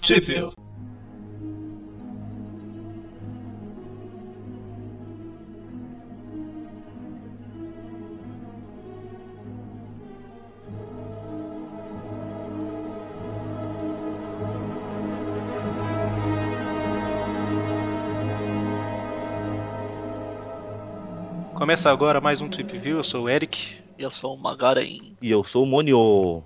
possível. Começa agora mais um Trip View, eu sou o Eric. Eu sou um o Magaren. E eu sou o Monio.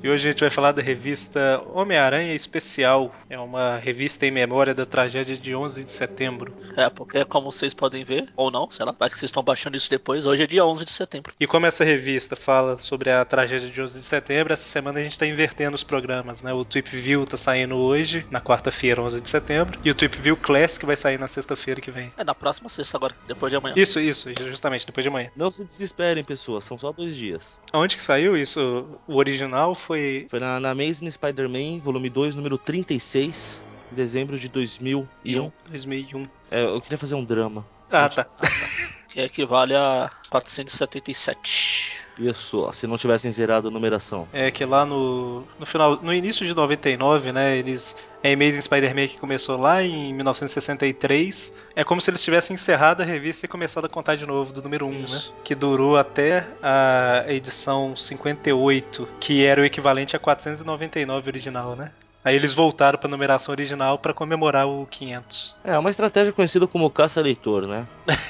E hoje a gente vai falar da revista Homem-Aranha Especial. É uma revista em memória da tragédia de 11 de setembro. É, porque como vocês podem ver, ou não, sei lá, vai que vocês estão baixando isso depois, hoje é dia 11 de setembro. E como essa revista fala sobre a tragédia de 11 de setembro, essa semana a gente está invertendo os programas, né? O Trip View tá saindo hoje, na quarta-feira, 11 de setembro, e o Trip View Classic vai sair na sexta-feira que vem. É na próxima sexta agora, depois de amanhã. Isso, isso, justamente, depois de amanhã. Não se desesperem, pessoas, são só dois dias. Aonde que saiu isso? O original foi Foi na, na Amazing Spider-Man, volume 2, número 36, em dezembro de 2001. 2001. É, eu queria fazer um drama. Ah, tá. Que equivale a 477. Isso, ó, se não tivessem zerado a numeração. É que lá no, no final, no início de 99, né, eles a Amazing Spider-Man que começou lá em 1963, é como se eles tivessem encerrado a revista e começado a contar de novo do número 1, um, né? Isso. Que durou até a edição 58, que era o equivalente a 499 original, né? Aí eles voltaram pra numeração original pra comemorar o 500. É, uma estratégia conhecida como caça-leitor, né?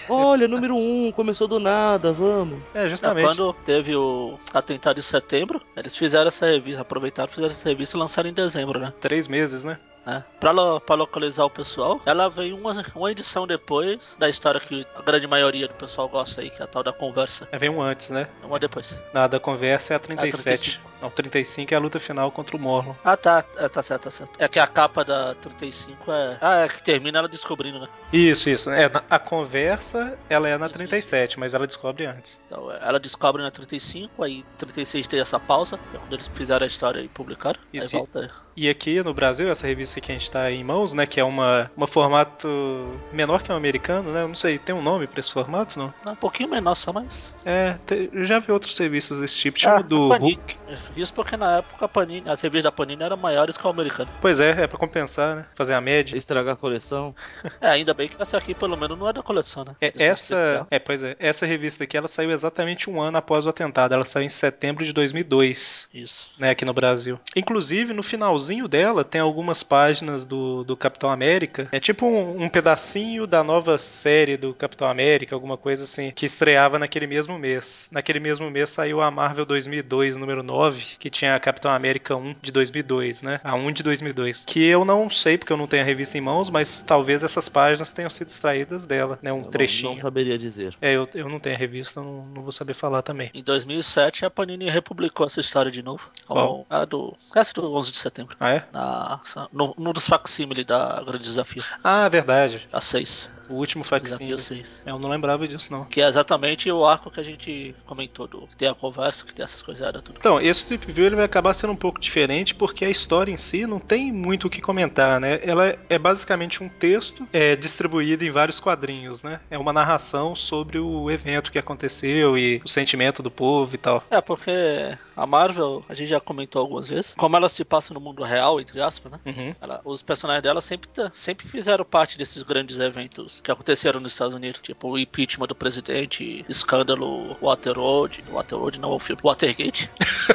Olha, número 1, um, começou do nada, vamos. É, É, justamente. quando teve o atentado em setembro, eles fizeram essa revista, aproveitaram, fizeram essa revista e lançaram em dezembro, né? Três meses, né? É. Pra, lo- pra localizar o pessoal, ela veio uma, uma edição depois da história que a grande maioria do pessoal gosta aí, que é a tal da conversa. É, Vem um antes, né? Uma depois. Nada a conversa é a 37. 35. Não, 35 é a luta final contra o Morlon. Ah, tá, é, tá certo, tá certo. É que a capa da 35 é. Ah, é que termina ela descobrindo, né? Isso, isso. É, na- a conversa, ela é na Isso, 37, mas ela descobre antes. Então, é, ela descobre na 35, aí 36 tem essa pausa, que é quando eles fizeram a história e publicaram. E aí se- volta. E aqui no Brasil, essa revista que a gente tá em mãos, né, que é uma, uma formato menor que o americano, né? Eu não sei, tem um nome pra esse formato, não? Não, um pouquinho menor só, mas. É, te- eu já vi outros serviços desse tipo, tipo Ah, do Panini. Hulk. é, Isso porque na época a Panini, as revistas da Panini eram maiores que a americana. Pois é, é pra compensar, né? Fazer a média. Estragar a coleção. É, ainda bem que essa aqui pelo menos não é da coleção, né? É, Edição essa, especial. é, pois é, essa revista aqui ela saiu exatamente um ano após o atentado. Ela saiu em setembro de 2002. Isso. né, aqui no Brasil. Inclusive, no finalzinho dela, tem algumas páginas do, do Capitão América. É tipo um, um pedacinho da nova série do Capitão América, alguma coisa assim, que estreava naquele mesmo mês. Naquele mesmo mês saiu a Marvel 2002, número 9, que tinha a Capitão América 1 de 2002, né? A 1 de 2002. Que eu não sei, porque eu não tenho a revista em mãos, mas talvez essas páginas tenham sido extraídas dela, né? Um Eu não- trechinho. Não saberia dizer. É, eu, eu não tenho a revista, não, não vou saber falar também. Em 2007 a Panini republicou essa história de novo. Qual? A do. Essa do 11 de setembro. Ah, é? Na, no, num dos facsímile da Grande Desafio. Ah, verdade. A 6. O último facsímile. Desafio 6. Eu não lembrava disso, não. Que é exatamente o arco que a gente comentou. Do, que tem a conversa, que tem essas coisadas, tudo. Então, esse Trip View ele vai acabar sendo um pouco diferente porque a história em si não tem muito o que comentar, né? Ela é basicamente um texto é, distribuído em vários quadrinhos, né? É uma narração sobre o evento que aconteceu e o sentimento do povo e tal. É, porque a Marvel, a gente já comentou algumas vezes, como ela se passa no mundo real, entre aspas, né? Uhum. Ela- os personagens dela sempre, tá- sempre fizeram parte desses grandes eventos que aconteceram nos Estados Unidos, tipo o impeachment do presidente, escândalo Waterworld, Waterworld não é o filme, Watergate,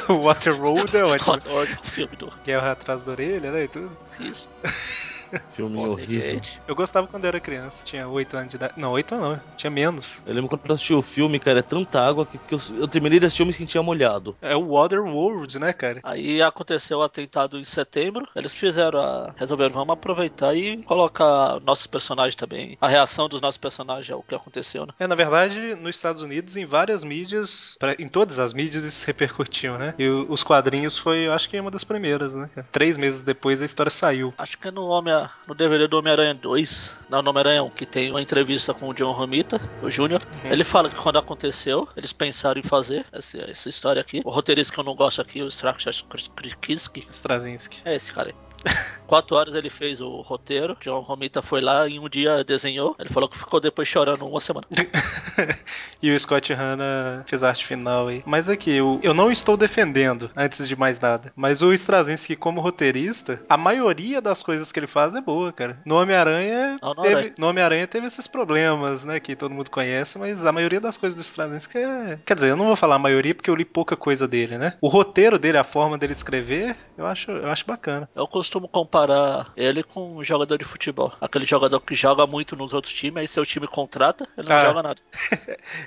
Water Road é ótimo. Waterworld é o filme do Guerra atrás da orelha, né? E tudo. isso, Filminho horrível. Watergate. Eu gostava quando eu era criança, tinha 8 anos de idade. Não, 8 anos não, tinha menos. Eu lembro quando eu assisti o filme, cara, é tanta água que, que eu, eu terminei de assistir e me sentia molhado. É o Water World, né, cara? Aí aconteceu o atentado em setembro. Eles fizeram a. Resolveram, vamos aproveitar e colocar nossos personagens também. A reação dos nossos personagens ao que aconteceu, né? É, na verdade, nos Estados Unidos, em várias mídias, pra- em todas as mídias isso repercutiu, né? E o- os quadrinhos foi, eu acho que é uma das primeiras, né? cara? Três meses depois a história saiu. Acho que é no, Homem, no DVD do Homem-Aranha 2, não, no Homem-Aranha 1, que tem uma entrevista com o John Romita, o Júnior. Ele fala que quando aconteceu, eles pensaram em fazer essa, essa história aqui. O roteirista que eu não gosto aqui, o Strakshash Krikiski, Strazinski. é esse cara aí. Quatro horas ele fez o roteiro, John Romita foi lá e um dia desenhou. Ele falou que ficou depois chorando uma semana. e o Scott Hanna fez a arte final aí. Mas aqui, eu, eu não estou defendendo, antes de mais nada. Mas o Straczynski, como roteirista, a maioria das coisas que ele faz é boa, cara. No Homem-Aranha Não, não, teve, velho. no Homem-Aranha teve esses problemas, né? Que todo mundo conhece, mas a maioria das coisas do Straczynski é. Quer dizer, eu não vou falar a maioria porque eu li pouca coisa dele, né? O roteiro dele, a forma dele escrever, eu acho, eu acho bacana. Eu costumo comparar ele com um jogador de futebol. Aquele jogador que joga muito nos outros times, aí seu time contrata, ele não Ah. joga nada.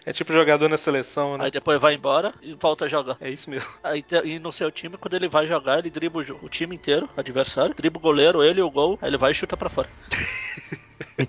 É tipo jogador na seleção, né? Aí depois vai embora e volta a jogar. É isso mesmo. Aí, te- e no seu time, quando ele vai jogar, ele dribla o jo- o time inteiro, o adversário, dribla o goleiro, ele e o gol, aí ele vai e chuta pra fora.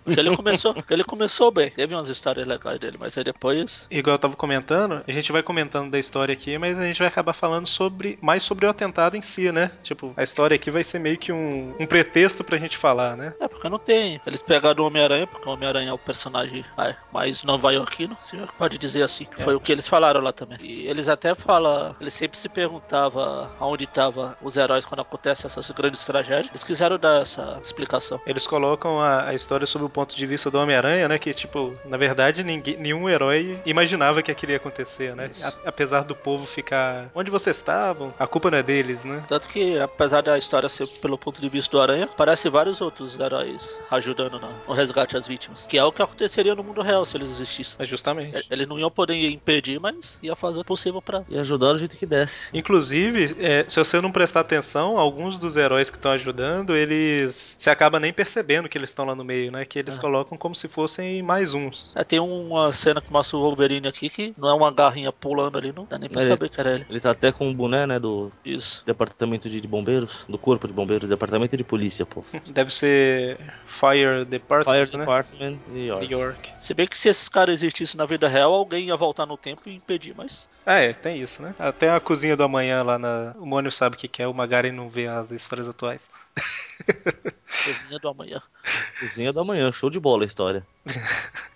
Porque ele começou, ele começou bem, teve umas histórias legais dele, mas aí depois. Igual eu tava comentando, a gente vai comentando da história aqui, mas a gente vai acabar falando sobre mais sobre o atentado em si, né? Tipo, a história aqui vai ser meio que um, um pretexto pra gente falar, né? É, porque não tem. Eles pegaram o Homem-Aranha, porque o Homem-Aranha é o personagem ah, mais nova iorquino, se pode dizer assim. que Foi o que eles falaram lá também. E eles até falam. Eles sempre se perguntavam aonde estavam os heróis quando acontecem essas grandes tragédias. Eles quiseram dar essa explicação. Eles colocam a, a história sob o ponto de vista do Homem-Aranha, né? Que, tipo, na verdade, ninguém, nenhum herói imaginava que aquilo ia acontecer, né? Isso. A- apesar do povo ficar. Onde vocês estavam? A culpa não é deles, né? Tanto que, apesar da história ser pelo ponto de vista do Aranha, aparecem vários outros heróis ajudando no, no resgate às vítimas. Que é o que aconteceria no mundo real se eles existissem. É justamente. E- Eles não iam poder impedir, mas ia fazer o possível pra. E ajudar do jeito que desce. Inclusive, é, se você não prestar atenção, alguns dos heróis que estão ajudando, eles se acaba nem percebendo que eles estão lá no meio, né? Que eles colocam como se fossem mais uns. É, tem uma cena que mostra o Wolverine aqui que não é uma garrinha pulando ali, não dá nem pra Ele- saber que era ele. Ele tá até com um boné, né, do Isso. departamento de de bombeiros, do corpo de bombeiros, departamento de polícia, pô. Deve ser Fire Department, Fire né? Department, New York. New York. Se bem que se esses caras existissem na vida real, alguém ia voltar no tempo e impedir, mas. Ah, é, tem isso, né? Até a cozinha do amanhã lá na. O Mônio sabe o que que é, o Magari não vê as histórias atuais. Cozinha do amanhã. Cozinha da manhã, show de bola a história.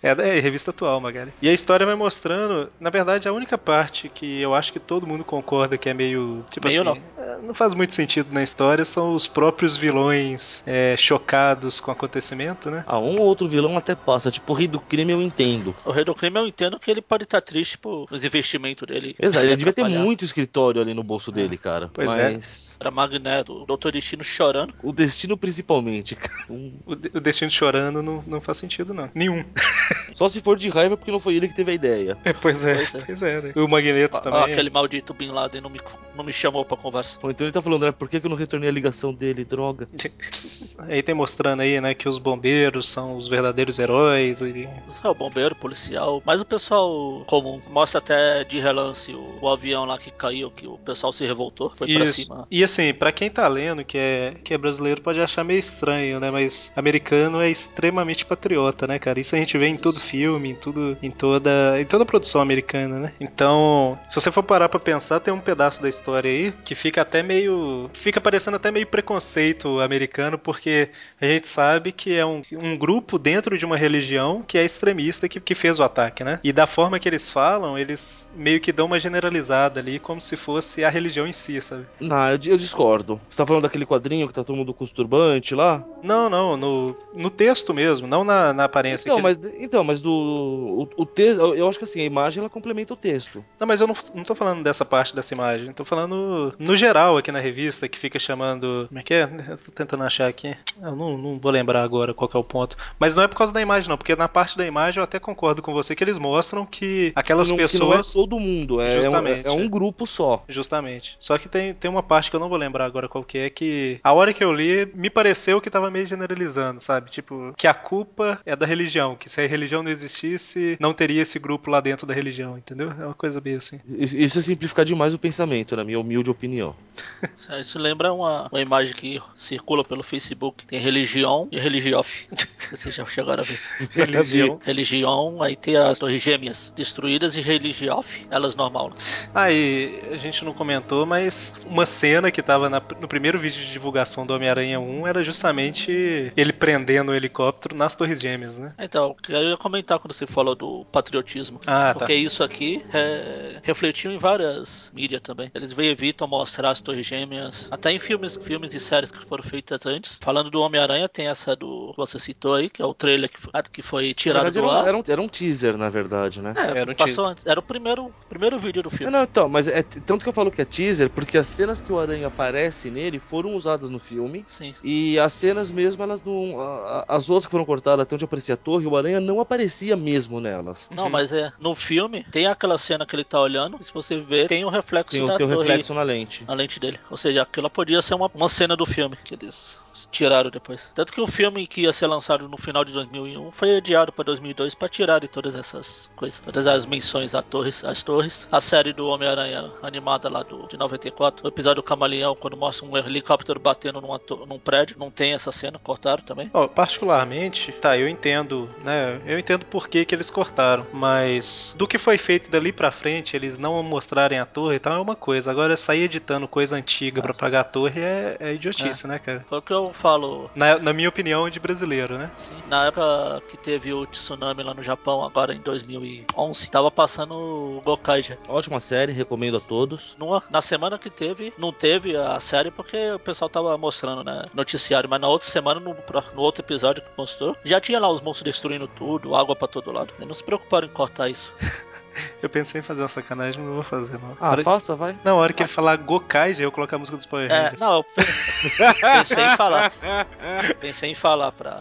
É, é revista atual, Magali. E a história vai mostrando, na verdade, a única parte que eu acho que todo mundo concorda que é meio. Tipo Meio assim, é, não faz muito sentido na história, são os próprios vilões é, chocados com o acontecimento, né? Ah, um ou outro vilão até passa, tipo, rir do crime eu entendo. O Rei do Crime eu entendo que ele pode estar triste por os investimentos dele. Exato, ele devia ter Atrapalhar. muito escritório ali no bolso dele, cara. Pois é. Mas Era Magneto, o Doutor Destino chorando. o destino principalmente, cara. Um- O, de- o Destino chorando não, não faz sentido, não. Nenhum. Só se for de raiva porque não foi ele que teve a ideia. É, pois é, Pois é. pois é. né? O Magneto Ah, também. aquele maldito Bin Laden não me, não me chamou pra conversa. Ou então ele tá falando, né, por que que eu não retornei a ligação dele, droga? Aí tem mostrando aí, né, que os bombeiros são os verdadeiros heróis e É o bombeiro, o policial, mas o pessoal comum. Mostra até de relance o, o avião lá que caiu, que o pessoal se revoltou, foi pra cima. E assim, pra quem tá lendo, que é, que é brasileiro, pode achar meio estranho, né? Mas americano é extremamente patriota, né, cara? Isso a gente vê em todo filme, em tudo, em toda, em toda produção americana, né? Então, se você for parar pra pensar, tem um pedaço da história aí que fica até meio, fica parecendo até meio preconceito americano, porque a gente sabe que é um, um grupo dentro de uma religião que é extremista que, que fez o ataque, né? E da forma que eles falam, eles meio que dão uma generalizada ali, como se fosse a religião em si, sabe? Não, eu, di- eu discordo. Você tá falando daquele quadrinho que tá todo mundo com os turbante lá? Não, não, no, no texto mesmo, não na, na aparência. Então, que- mas, então, mas do, o, o texto, eu, eu acho que assim, a imagem ela complementa o texto. Não, mas eu não, não tô falando dessa parte dessa imagem, tô falando no geral aqui na revista que fica chamando. Como é que é? Eu tô tentando achar aqui. Eu não, não vou lembrar agora qual que é o ponto. Mas não é por causa da imagem, não, porque na parte da imagem eu até concordo com você que eles mostram que aquelas não, que não é pessoas. todo mundo, é, é um- Justamente. é um grupo só. Justamente. Só que tem, tem uma parte que eu não vou lembrar agora qual que é, que a hora que eu li, me pareceu que tava meio generalizando, sabe? Tipo, que a culpa é da religião, que se a religião não existisse, não teria esse grupo lá dentro da religião, entendeu? É uma coisa bem assim. Isso isso é simplificar demais o pensamento, na minha humilde opinião. Isso lembra uma, uma imagem que circula pelo Facebook. Tem religião e religiof. Vocês já chegaram a ver. Religião. Religião, aí tem as torres gêmeas destruídas e religiof, elas normal. né? Aí, a gente não comentou, mas uma cena que tava na- no primeiro vídeo de divulgação do Homem-Aranha 1 era justamente ele prendendo o helicóptero nas Torres Gêmeas, né? Então, eu queria comentar quando você falou do patriotismo. Ah, tá. Porque isso aqui é, refletiu em várias mídias também. Eles evitam mostrar as torres gêmeas. Até em filmes, filmes e séries que foram feitas antes. Falando do Homem-Aranha, tem essa do que você citou aí, que é o trailer que foi, que foi Na tirado verdade, do era, um- ar. era um, era um teaser, na verdade, né? É, Era um passou antes. Era o primeiro, primeiro vídeo do É, filme. Não, então, mas é t- tanto que eu falo que é teaser, porque as cenas que o Aranha aparece nele foram usadas no filme. Sim. E as cenas mesmo, elas não. a- a- As outras que foram cortadas até onde aparecia a torre, o Aranha não aparecia mesmo nelas. Não, mas é. No filme, tem aquela cena que ele tá olhando. Se você ver, tem o reflexo Tem, o- da tem o torre reflexo na lente. na lente dele. Ou seja, aquilo podia ser uma, uma cena do filme que eles tiraram depois. Tanto que o filme que ia ser lançado no final de 2001 foi adiado para 2002 para tirar de todas essas coisas, todas as menções a torres, às torres. A série do Homem-Aranha animada lá do, de 94, o episódio do Camaleão, quando mostra um helicóptero batendo numa to- num prédio, não tem essa cena, cortaram também. Ó, particularmente, tá, eu entendo, né? Eu entendo por que, que eles cortaram, mas do que foi feito dali pra frente, eles não mostrarem a torre e tal, é uma coisa. Agora, sair editando coisa antiga pra pagar a torre é, é idiotice, né, cara? Foi o que eu falo Na, na minha opinião, de brasileiro, né? Sim. Na época que teve o tsunami lá no Japão, agora em 2011, tava passando o Gokaija. Ótima série, recomendo a todos. Numa, na semana que teve, não teve a série porque o pessoal tava mostrando né, noticiário, mas na outra semana, no, pro- no outro episódio que postou, já tinha lá os monstros destruindo tudo, água pra todo lado. Eles não se preocuparam em cortar isso. Eu pensei em fazer uma sacanagem, mas não vou fazer, não. Ah, Hora- faça, vai. Não, a hora que ele falar Gokai, já eu colocar a música dos Power Ah. É, Rangers. não, eu pe- pensei em falar. Pensei em falar pra.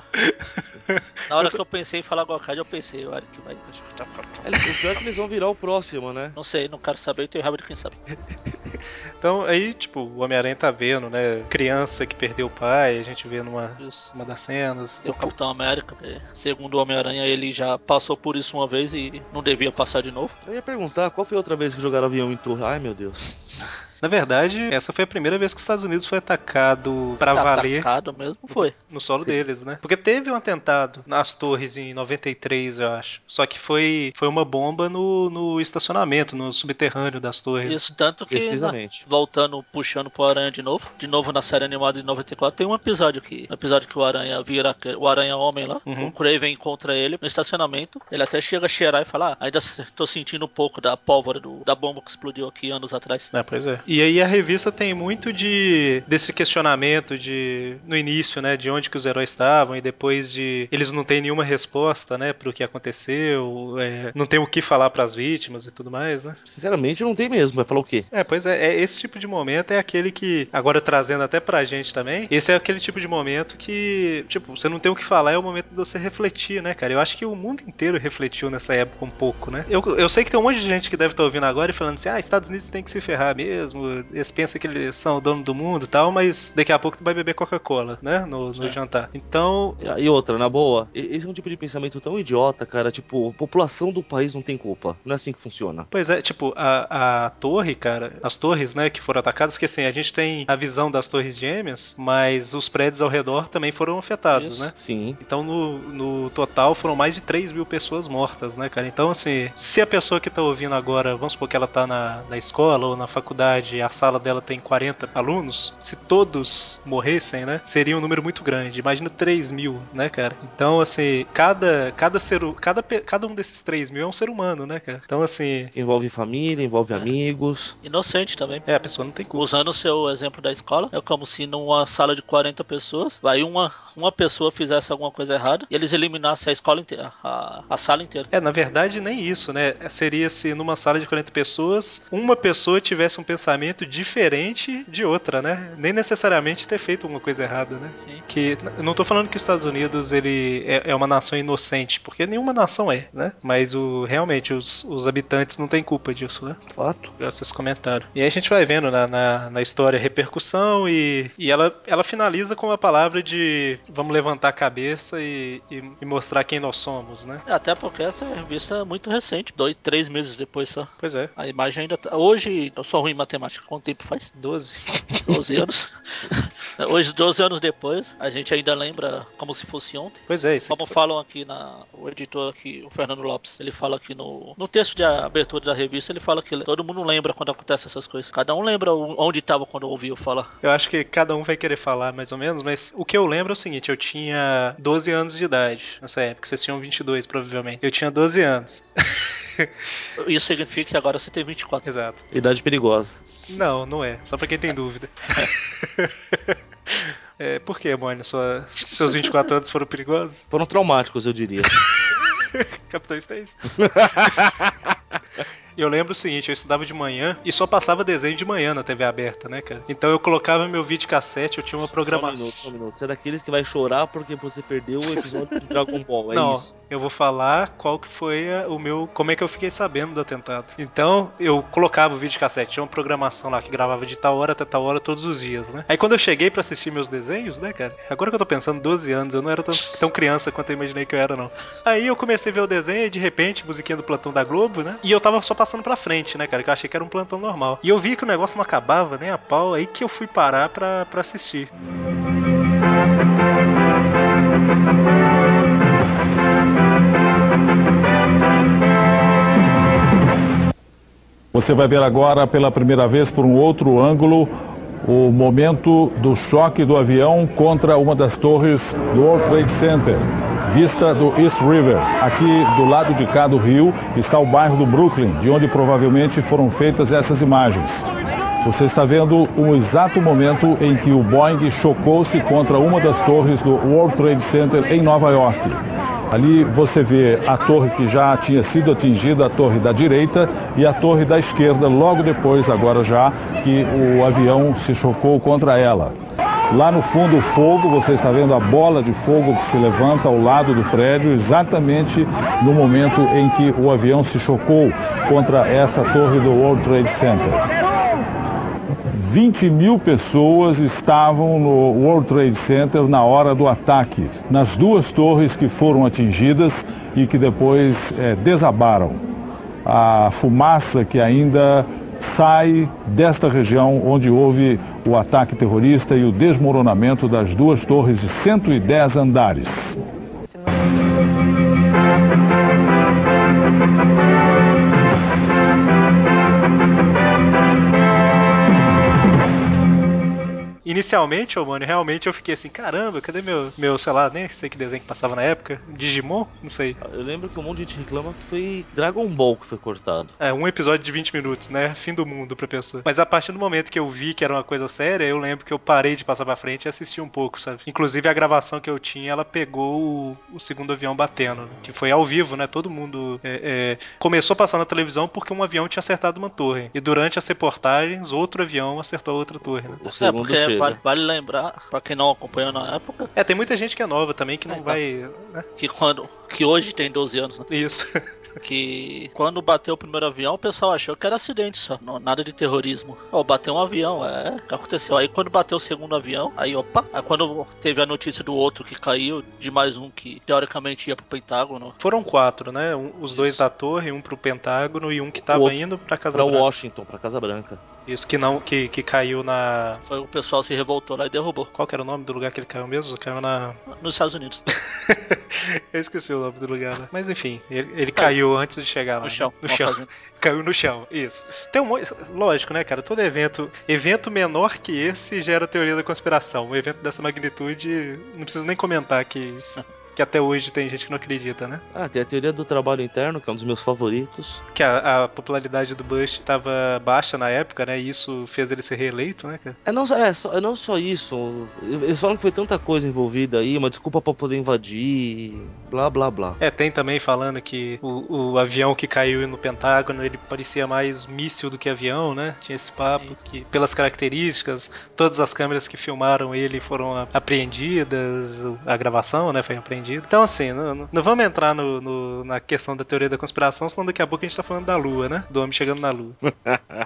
Na hora que eu pensei em falar Gokaija, eu pensei, olha que vai. Ele- O pior é que eles vão virar o próximo, né? Não sei, não quero saber, eu tenho raiva de quem sabe. Então, aí, tipo, o Homem-Aranha tá vendo, né? Criança que perdeu o pai, a gente vê numa Isso. uma das cenas. Tem o Capitão América, que, segundo o Homem-Aranha, ele já passou por isso uma vez e não devia passar de novo. Eu ia perguntar qual foi a outra vez que jogaram avião em torre. Ai, meu Deus. Na verdade, essa foi a primeira vez que os Estados Unidos foi atacado pra Tá, valer Atacado mesmo, foi. no solo Sim. deles, né? Porque teve um atentado nas torres em 93, eu acho. Só que foi, foi uma bomba no, no estacionamento, no subterrâneo das torres. Isso tanto que, na- Precisamente. voltando, puxando pro Aranha de novo, de novo na série animada de 94, tem um episódio que, um episódio que o Aranha vira, aque- o Aranha Homem lá, Uhum. o Craven encontra ele no estacionamento, ele até chega a cheirar e fala, ah, ainda se- tô sentindo um pouco da pólvora do- da bomba que explodiu aqui anos atrás. É, pois é. E aí a revista tem muito de desse questionamento de no início, né, de onde que os heróis estavam e depois de eles não têm nenhuma resposta, né, pro que aconteceu, é, não tem o que falar pras vítimas e tudo mais, né? Sinceramente, não tem mesmo. Vai falar o quê? É, pois é, é, esse tipo de momento é aquele que, agora trazendo até pra gente também, esse é aquele tipo de momento que, tipo, você não tem o que falar, é o momento de você refletir, né, cara? Eu acho que o mundo inteiro refletiu nessa época um pouco, né? Eu, eu sei que tem um monte de gente que deve estar ouvindo agora e falando assim, ah, Estados Unidos tem que se ferrar mesmo, eles pensam que eles são o dono do mundo e tal, mas daqui a pouco tu vai beber Coca-Cola, né, no, no É. jantar. Então, E outra, na boa, e- esse é um tipo de pensamento tão idiota, cara. Tipo, a população do país não tem culpa. Não é assim que funciona. Pois é, tipo, a, a torre, cara, as torres, né, que foram atacadas, que assim, a gente tem a visão das torres gêmeas, mas os prédios ao redor também foram afetados, Isso. né? Sim. Então, no, no total, foram mais de 3 mil pessoas mortas, né, cara? Então, assim, se a pessoa que tá ouvindo agora, vamos supor que ela tá na, na escola ou na faculdade e a sala dela tem 40 alunos, se todos morressem, né, seria um número muito grande. Imagina 3 mil, né, cara? Então, assim, cada, cada ser... hu- Cada, pe- cada um desses 3 mil é um ser humano, né, cara? Então, assim, Envolve família, envolve amigos. Inocente também. é, a pessoa não tem culpa. Usando o seu exemplo da escola, é como se numa sala de 40 pessoas, vai uma, uma pessoa fizesse alguma coisa errada e eles eliminassem a escola inteira, a, a sala inteira. É, na verdade, nem isso, né? Seria se numa sala de 40 pessoas, uma pessoa tivesse um pensamento diferente de outra, né? Nem necessariamente ter feito alguma coisa errada, né? Sim. Que eu não tô falando que os Estados Unidos ele é, é uma nação inocente, porque nenhuma nação é, né? Mas o realmente os, os habitantes não têm culpa disso, né? Fato. Legal Vocês comentaram. E aí a gente vai vendo na, na, na história a repercussão e, e ela, ela finaliza com a palavra de vamos levantar a cabeça e, e, e mostrar quem nós somos, né? Até porque essa revista é muito recente, dois, três meses depois só. Pois é. A imagem ainda tá. Hoje, eu sou ruim em matemática, quanto tempo faz? 12. 12 anos. Hoje, 12 anos depois, a gente ainda lembra como se fosse ontem. Pois é, Tá isso aqui Como falam aqui na o editor aqui, o Fernando Lopes, ele fala aqui no, no texto de abertura da revista, ele fala que todo mundo lembra quando acontecem essas coisas. Cada um lembra o- onde estava quando ouviu falar. Eu acho que cada um vai querer falar mais ou menos, mas o que eu lembro é o seguinte: eu tinha 12 anos de idade nessa época, vocês tinham 22 provavelmente. Eu tinha 12 anos. Isso significa que agora você tem 24. Exato. Idade perigosa. Não, não é. Só pra quem tem dúvida. É, por que, Mônio? Sua- Seus 24 anos foram perigosos? Foram traumáticos, eu diria. Capitão Stacy? Eu lembro o seguinte, eu estudava de manhã e só passava desenho de manhã na TV aberta, né, cara? Então eu colocava meu vídeo cassete, eu tinha uma Só um minuto, só programação. um minuto. Você é daqueles que vai chorar porque você perdeu o episódio de Dragon Ball, é Não, isso. eu vou falar qual que foi a- o meu. como é que eu fiquei sabendo do atentado. Então, eu colocava o vídeo cassete, tinha uma programação lá que gravava de tal hora até tal hora todos os dias, né? Aí quando eu cheguei pra assistir meus desenhos, né, cara? Agora que eu tô pensando, 12 anos, eu não era tão, tão criança quanto eu imaginei que eu era, não. Aí eu comecei a ver o desenho e de repente, musiquinha do plantão da Globo, né? E eu tava só passando pra frente, né, cara? Que eu achei que era um plantão normal. E eu vi que o negócio não acabava nem a pau, aí que eu fui parar pra, pra assistir. Você vai ver agora, pela primeira vez, por um outro ângulo, o momento do choque do avião contra uma das torres do World Trade Center, vista do East River. Aqui do lado de cá do rio está o bairro do Brooklyn, de onde provavelmente foram feitas essas imagens. Você está vendo o exato momento em que o Boeing chocou-se contra uma das torres do World Trade Center em Nova York. Ali você vê a torre que já tinha sido atingida, a torre da direita e a torre da esquerda, logo depois, agora já, que o avião se chocou contra ela. Lá no fundo, o fogo, você está vendo a bola de fogo que se levanta ao lado do prédio, exatamente no momento em que o avião se chocou contra essa torre do World Trade Center. 20 mil pessoas estavam no World Trade Center na hora do ataque, nas duas torres que foram atingidas e que depois eh, desabaram. A fumaça que ainda sai desta região onde houve o ataque terrorista e o desmoronamento das duas torres de 110 andares. Inicialmente, ô mano, realmente eu fiquei assim, caramba, cadê meu, meu, sei lá, nem sei que desenho que passava na época? Digimon? Não sei. Eu lembro que um monte de gente reclama que foi Dragon Ball que foi cortado. É, um episódio de 20 minutos, né? Fim do mundo pra pessoa. Mas a partir do momento que eu vi que era uma coisa séria, eu lembro que eu parei de passar pra frente e assisti um pouco, sabe? Inclusive a gravação que eu tinha, ela pegou o, o segundo avião batendo, né? que foi ao vivo, né? Todo mundo é, é, começou a passar na televisão porque um avião tinha acertado uma torre. E durante as reportagens, outro avião acertou outra torre, né? O É, segundo porque chega. vale, vale lembrar, pra quem não acompanhou na época, É, tem muita gente que é nova também que não Ah, então. vai. Né? que quando. que hoje tem 12 anos, né? Isso. Que quando bateu o primeiro avião, o pessoal achou que era acidente só, não- nada de terrorismo. Ó, bateu um avião, é, o que aconteceu. Aí quando bateu o segundo avião, aí opa, aí quando teve a notícia do outro que caiu, de mais um que teoricamente ia pro Pentágono, Foram quatro, né? Um- os dois Isso. da torre, um pro Pentágono e um que O tava outro indo pra Casa Pra Branca. Washington, pra Casa Branca. Isso que não, que, que caiu na. foi o pessoal se revoltou lá e derrubou, Qual que era o nome do lugar que ele caiu mesmo? Caiu na. nos Estados Unidos, Eu esqueci o nome do lugar, né? Mas enfim, ele, ele caiu antes de chegar lá. no né? chão. No uma chão. fazenda. Caiu no chão, isso. Tem um monte. Lógico, né, cara? Todo evento. Evento menor que esse gera teoria da conspiração. Um evento dessa magnitude. Não preciso nem comentar que. Que até hoje tem gente que não acredita, né? Ah, tem a teoria do trabalho interno, que é um dos meus favoritos. Que a, a popularidade do Bush estava baixa na época, né? E isso fez ele ser reeleito, né, cara? É não, só- é, só, é não só isso. Eles falam que foi tanta coisa envolvida aí, uma desculpa pra poder invadir, blá blá blá. É, tem também falando que o, o avião que caiu no Pentágono, ele parecia mais míssil do que avião, né? Tinha esse papo que, pelas características, todas as câmeras que filmaram ele foram a- apreendidas, o- a gravação, né, foi apreendida. Então, assim, não, não- não vamos entrar no- no- na questão da teoria da conspiração, senão daqui a pouco a gente tá falando da Lua, né? Do homem chegando na Lua.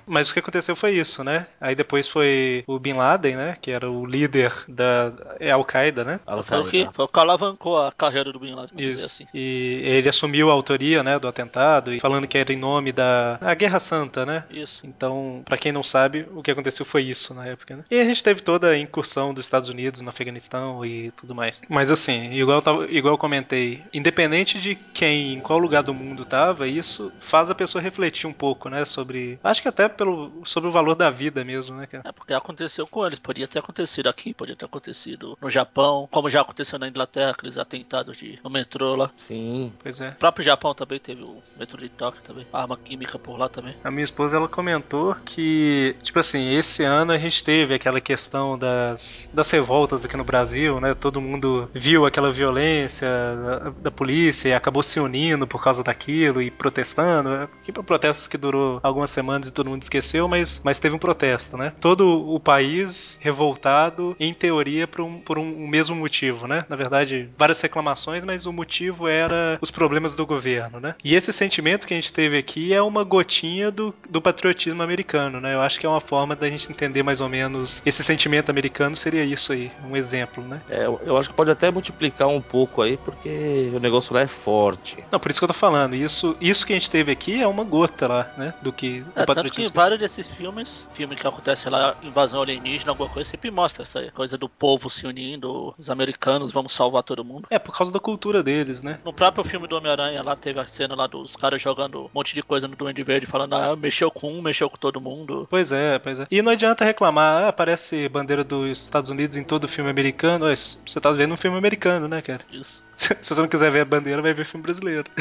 Mas o que aconteceu foi isso, né? Aí depois foi o Bin Laden, né? Que era o líder da é, Al-Qaeda, né? Foi Tá o que, foi o que alavancou a carreira do Bin Laden, vamos dizer Isso. assim. E ele assumiu a autoria, né, do atentado, e falando que era em nome da a Guerra Santa, né? Isso. Então, pra quem não sabe, o que aconteceu foi isso na época, né? E a gente teve toda a incursão dos Estados Unidos no Afeganistão e tudo mais. Mas assim, igual eu tava, igual eu comentei, independente de quem, em qual lugar do mundo tava, isso faz a pessoa refletir um pouco, né? Sobre. Acho que até pelo, sobre o valor da vida mesmo, né, cara? É porque aconteceu com eles, podia ter acontecido aqui, podia ter acontecido no Japão, como já aconteceu na Inglaterra, aqueles atentados de no metrô lá. Sim. Pois é. O próprio Japão também teve o metrô de Tóquio também, arma química por lá também. A minha esposa ela comentou que, tipo assim, esse ano a gente teve aquela questão das, das revoltas aqui no Brasil, né? Todo mundo viu aquela violência da, da polícia e acabou se unindo por causa daquilo e protestando. né? Que protestos que durou algumas semanas e todo mundo esqueceu, mas, mas teve um protesto, né? Todo o país revoltado, em teoria, por um, por um mesmo motivo, né? Na verdade, várias reclamações, mas o motivo era os problemas do governo, né? E esse sentimento que a gente teve aqui é uma gotinha do, do patriotismo americano, né? Eu acho que é uma forma da gente entender mais ou menos esse sentimento americano seria isso aí, um exemplo, né? É, eu eu acho que pode até multiplicar um pouco aí, porque o negócio lá é forte. Não, por isso que eu tô falando, isso, isso que a gente teve aqui é uma gota lá, né? Do que do É, tanto que em patriotismo. vários desses filmes, filme que acontece lá, invasão alienígena, alguma coisa, sempre mostra essa coisa do povo se unindo, os americanos, vamos salvar todo mundo. É, por causa da cultura deles, né? No próprio filme do Homem-Aranha, lá teve a cena lá dos caras jogando um monte de coisa no Duende Verde, falando, ah, mexeu com um, mexeu com todo mundo. Pois é, pois é. E não adianta reclamar, ah, aparece bandeira dos Estados Unidos em todo filme americano. Ué, Você tá vendo um filme americano, né, cara? Isso. Se você não quiser ver a bandeira, vai ver filme brasileiro.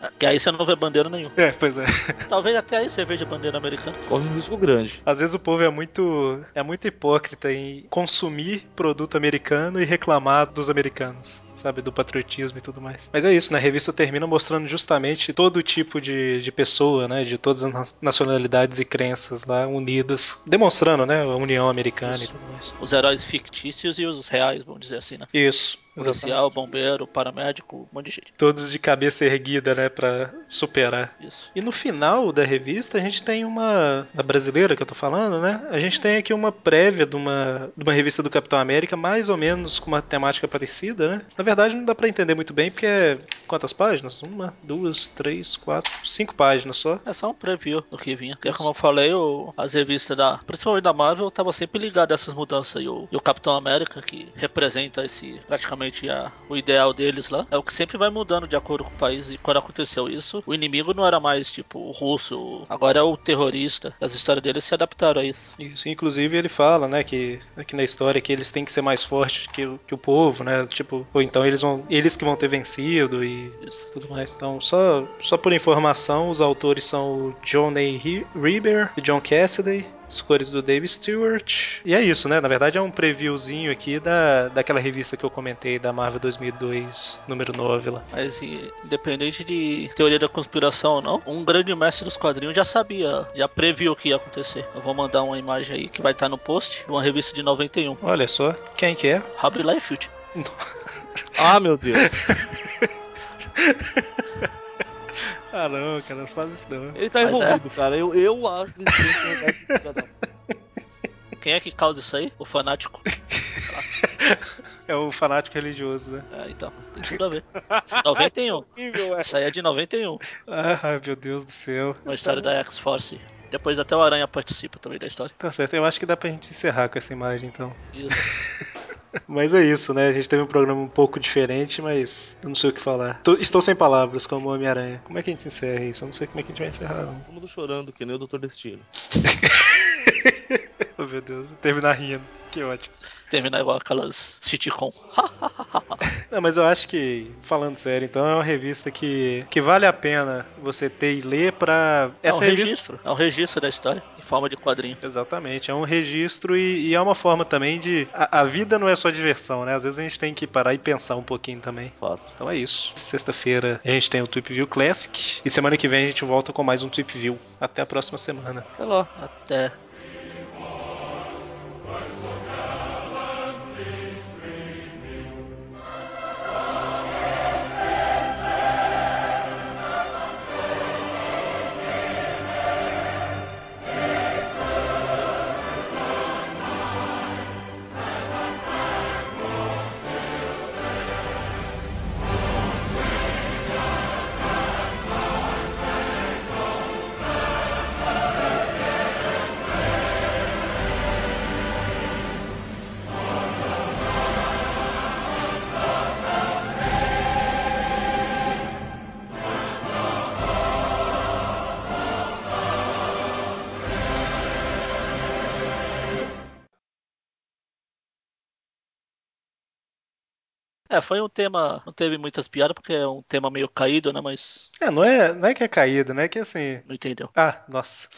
É, Que aí você não vê bandeira nenhuma. É, pois é. Talvez até aí você veja bandeira americana. Corre um risco grande. Às vezes o povo é muito é muito hipócrita em consumir produto americano e reclamar dos americanos, sabe, do patriotismo e tudo mais. Mas é isso, né? A revista termina mostrando justamente todo tipo de, de pessoa, né, de todas as nas- nacionalidades e crenças lá unidas, demonstrando, né, a união americana e tudo mais. Os heróis fictícios e os reais, vamos dizer assim, né? Isso. Exatamente. Policial, bombeiro, paramédico, um monte de gente. Todos de cabeça erguida, né, Pra superar. Isso. E no final da revista a gente tem uma. Da brasileira que eu tô falando, né? A gente tem aqui uma prévia de uma, de uma revista do Capitão América, mais ou menos com uma temática parecida, né? Na verdade não dá pra entender muito bem, porque é. Quantas páginas? Uma, duas, três, quatro, cinco páginas só. É só um preview do que vinha. Porque, como eu falei, o, as revistas da. Principalmente da Marvel, tava sempre ligado a essas mudanças. E o, e o Capitão América, que representa esse. praticamente a- o ideal deles lá, é o que sempre vai mudando de acordo com o país. E quando aconteceu isso, o inimigo não era mais tipo o russo, agora é o terrorista. As histórias deles se adaptaram a isso. Isso, inclusive ele fala, né, que aqui na história que eles têm que ser mais fortes que, o- que o povo, né? Tipo, ou então eles vão. Eles que vão ter vencido e Isso. tudo mais. Então, só, só por informação, os autores são o John A. He- Reber e John Cassidy, as cores do Dave Stewart. E é isso, né? Na verdade é um previewzinho aqui da, daquela revista que eu comentei, da Marvel 2002, número 9 lá. Mas e, independente de teoria da conspiração ou não, um grande mestre dos quadrinhos já sabia, já previu o que ia acontecer. Eu vou mandar uma imagem aí que vai estar no post, de uma revista de 91. Olha só, quem que é? Abre Liefeld. Ah, meu Deus. Ah não, cara, não faz isso não. Ele tá Mas envolvido, cara. Eu, eu acho que eles têm que colocar esse filho da puta. Quem é que causa isso aí? O fanático. É o fanático religioso, né? É, então, tem tudo a ver. 91. Incrível, é. Isso aí é de 91. Ah, meu Deus do céu. Uma história da X-Force. Depois até o Aranha participa também da história. Tá certo, eu acho que dá pra gente encerrar com essa imagem então. Isso. Mas é isso, né? A gente teve um programa um pouco diferente, mas eu não sei o que falar. Tô- estou sem palavras, como o Homem-Aranha. Como é que a gente encerra isso? Eu não sei como é que a gente vai encerrar, não. Todo mundo chorando, que nem o Dr. Destino. Oh, meu Deus, terminar rindo. Que ótimo. Terminar igual aquelas sitcom. Não, mas eu acho que, falando sério, então é uma revista que, que vale a pena você ter e ler pra. É um Essa revista. registro. É um registro da história em forma de quadrinho. Exatamente, é um registro e, e é uma forma também de. A, a vida não é só diversão, né? Às vezes a gente tem que parar e pensar um pouquinho também. Fato. Então é isso. Sexta-feira a gente tem o Tweep View Classic. E semana que vem a gente volta com mais um Tweep View. Até a próxima semana. Sei lá. Até. É, foi um tema. Não teve muitas piadas, porque é um tema meio caído, né? Mas. É, não é, não é que é caído, né? É que assim. Não entendeu. Ah, nossa.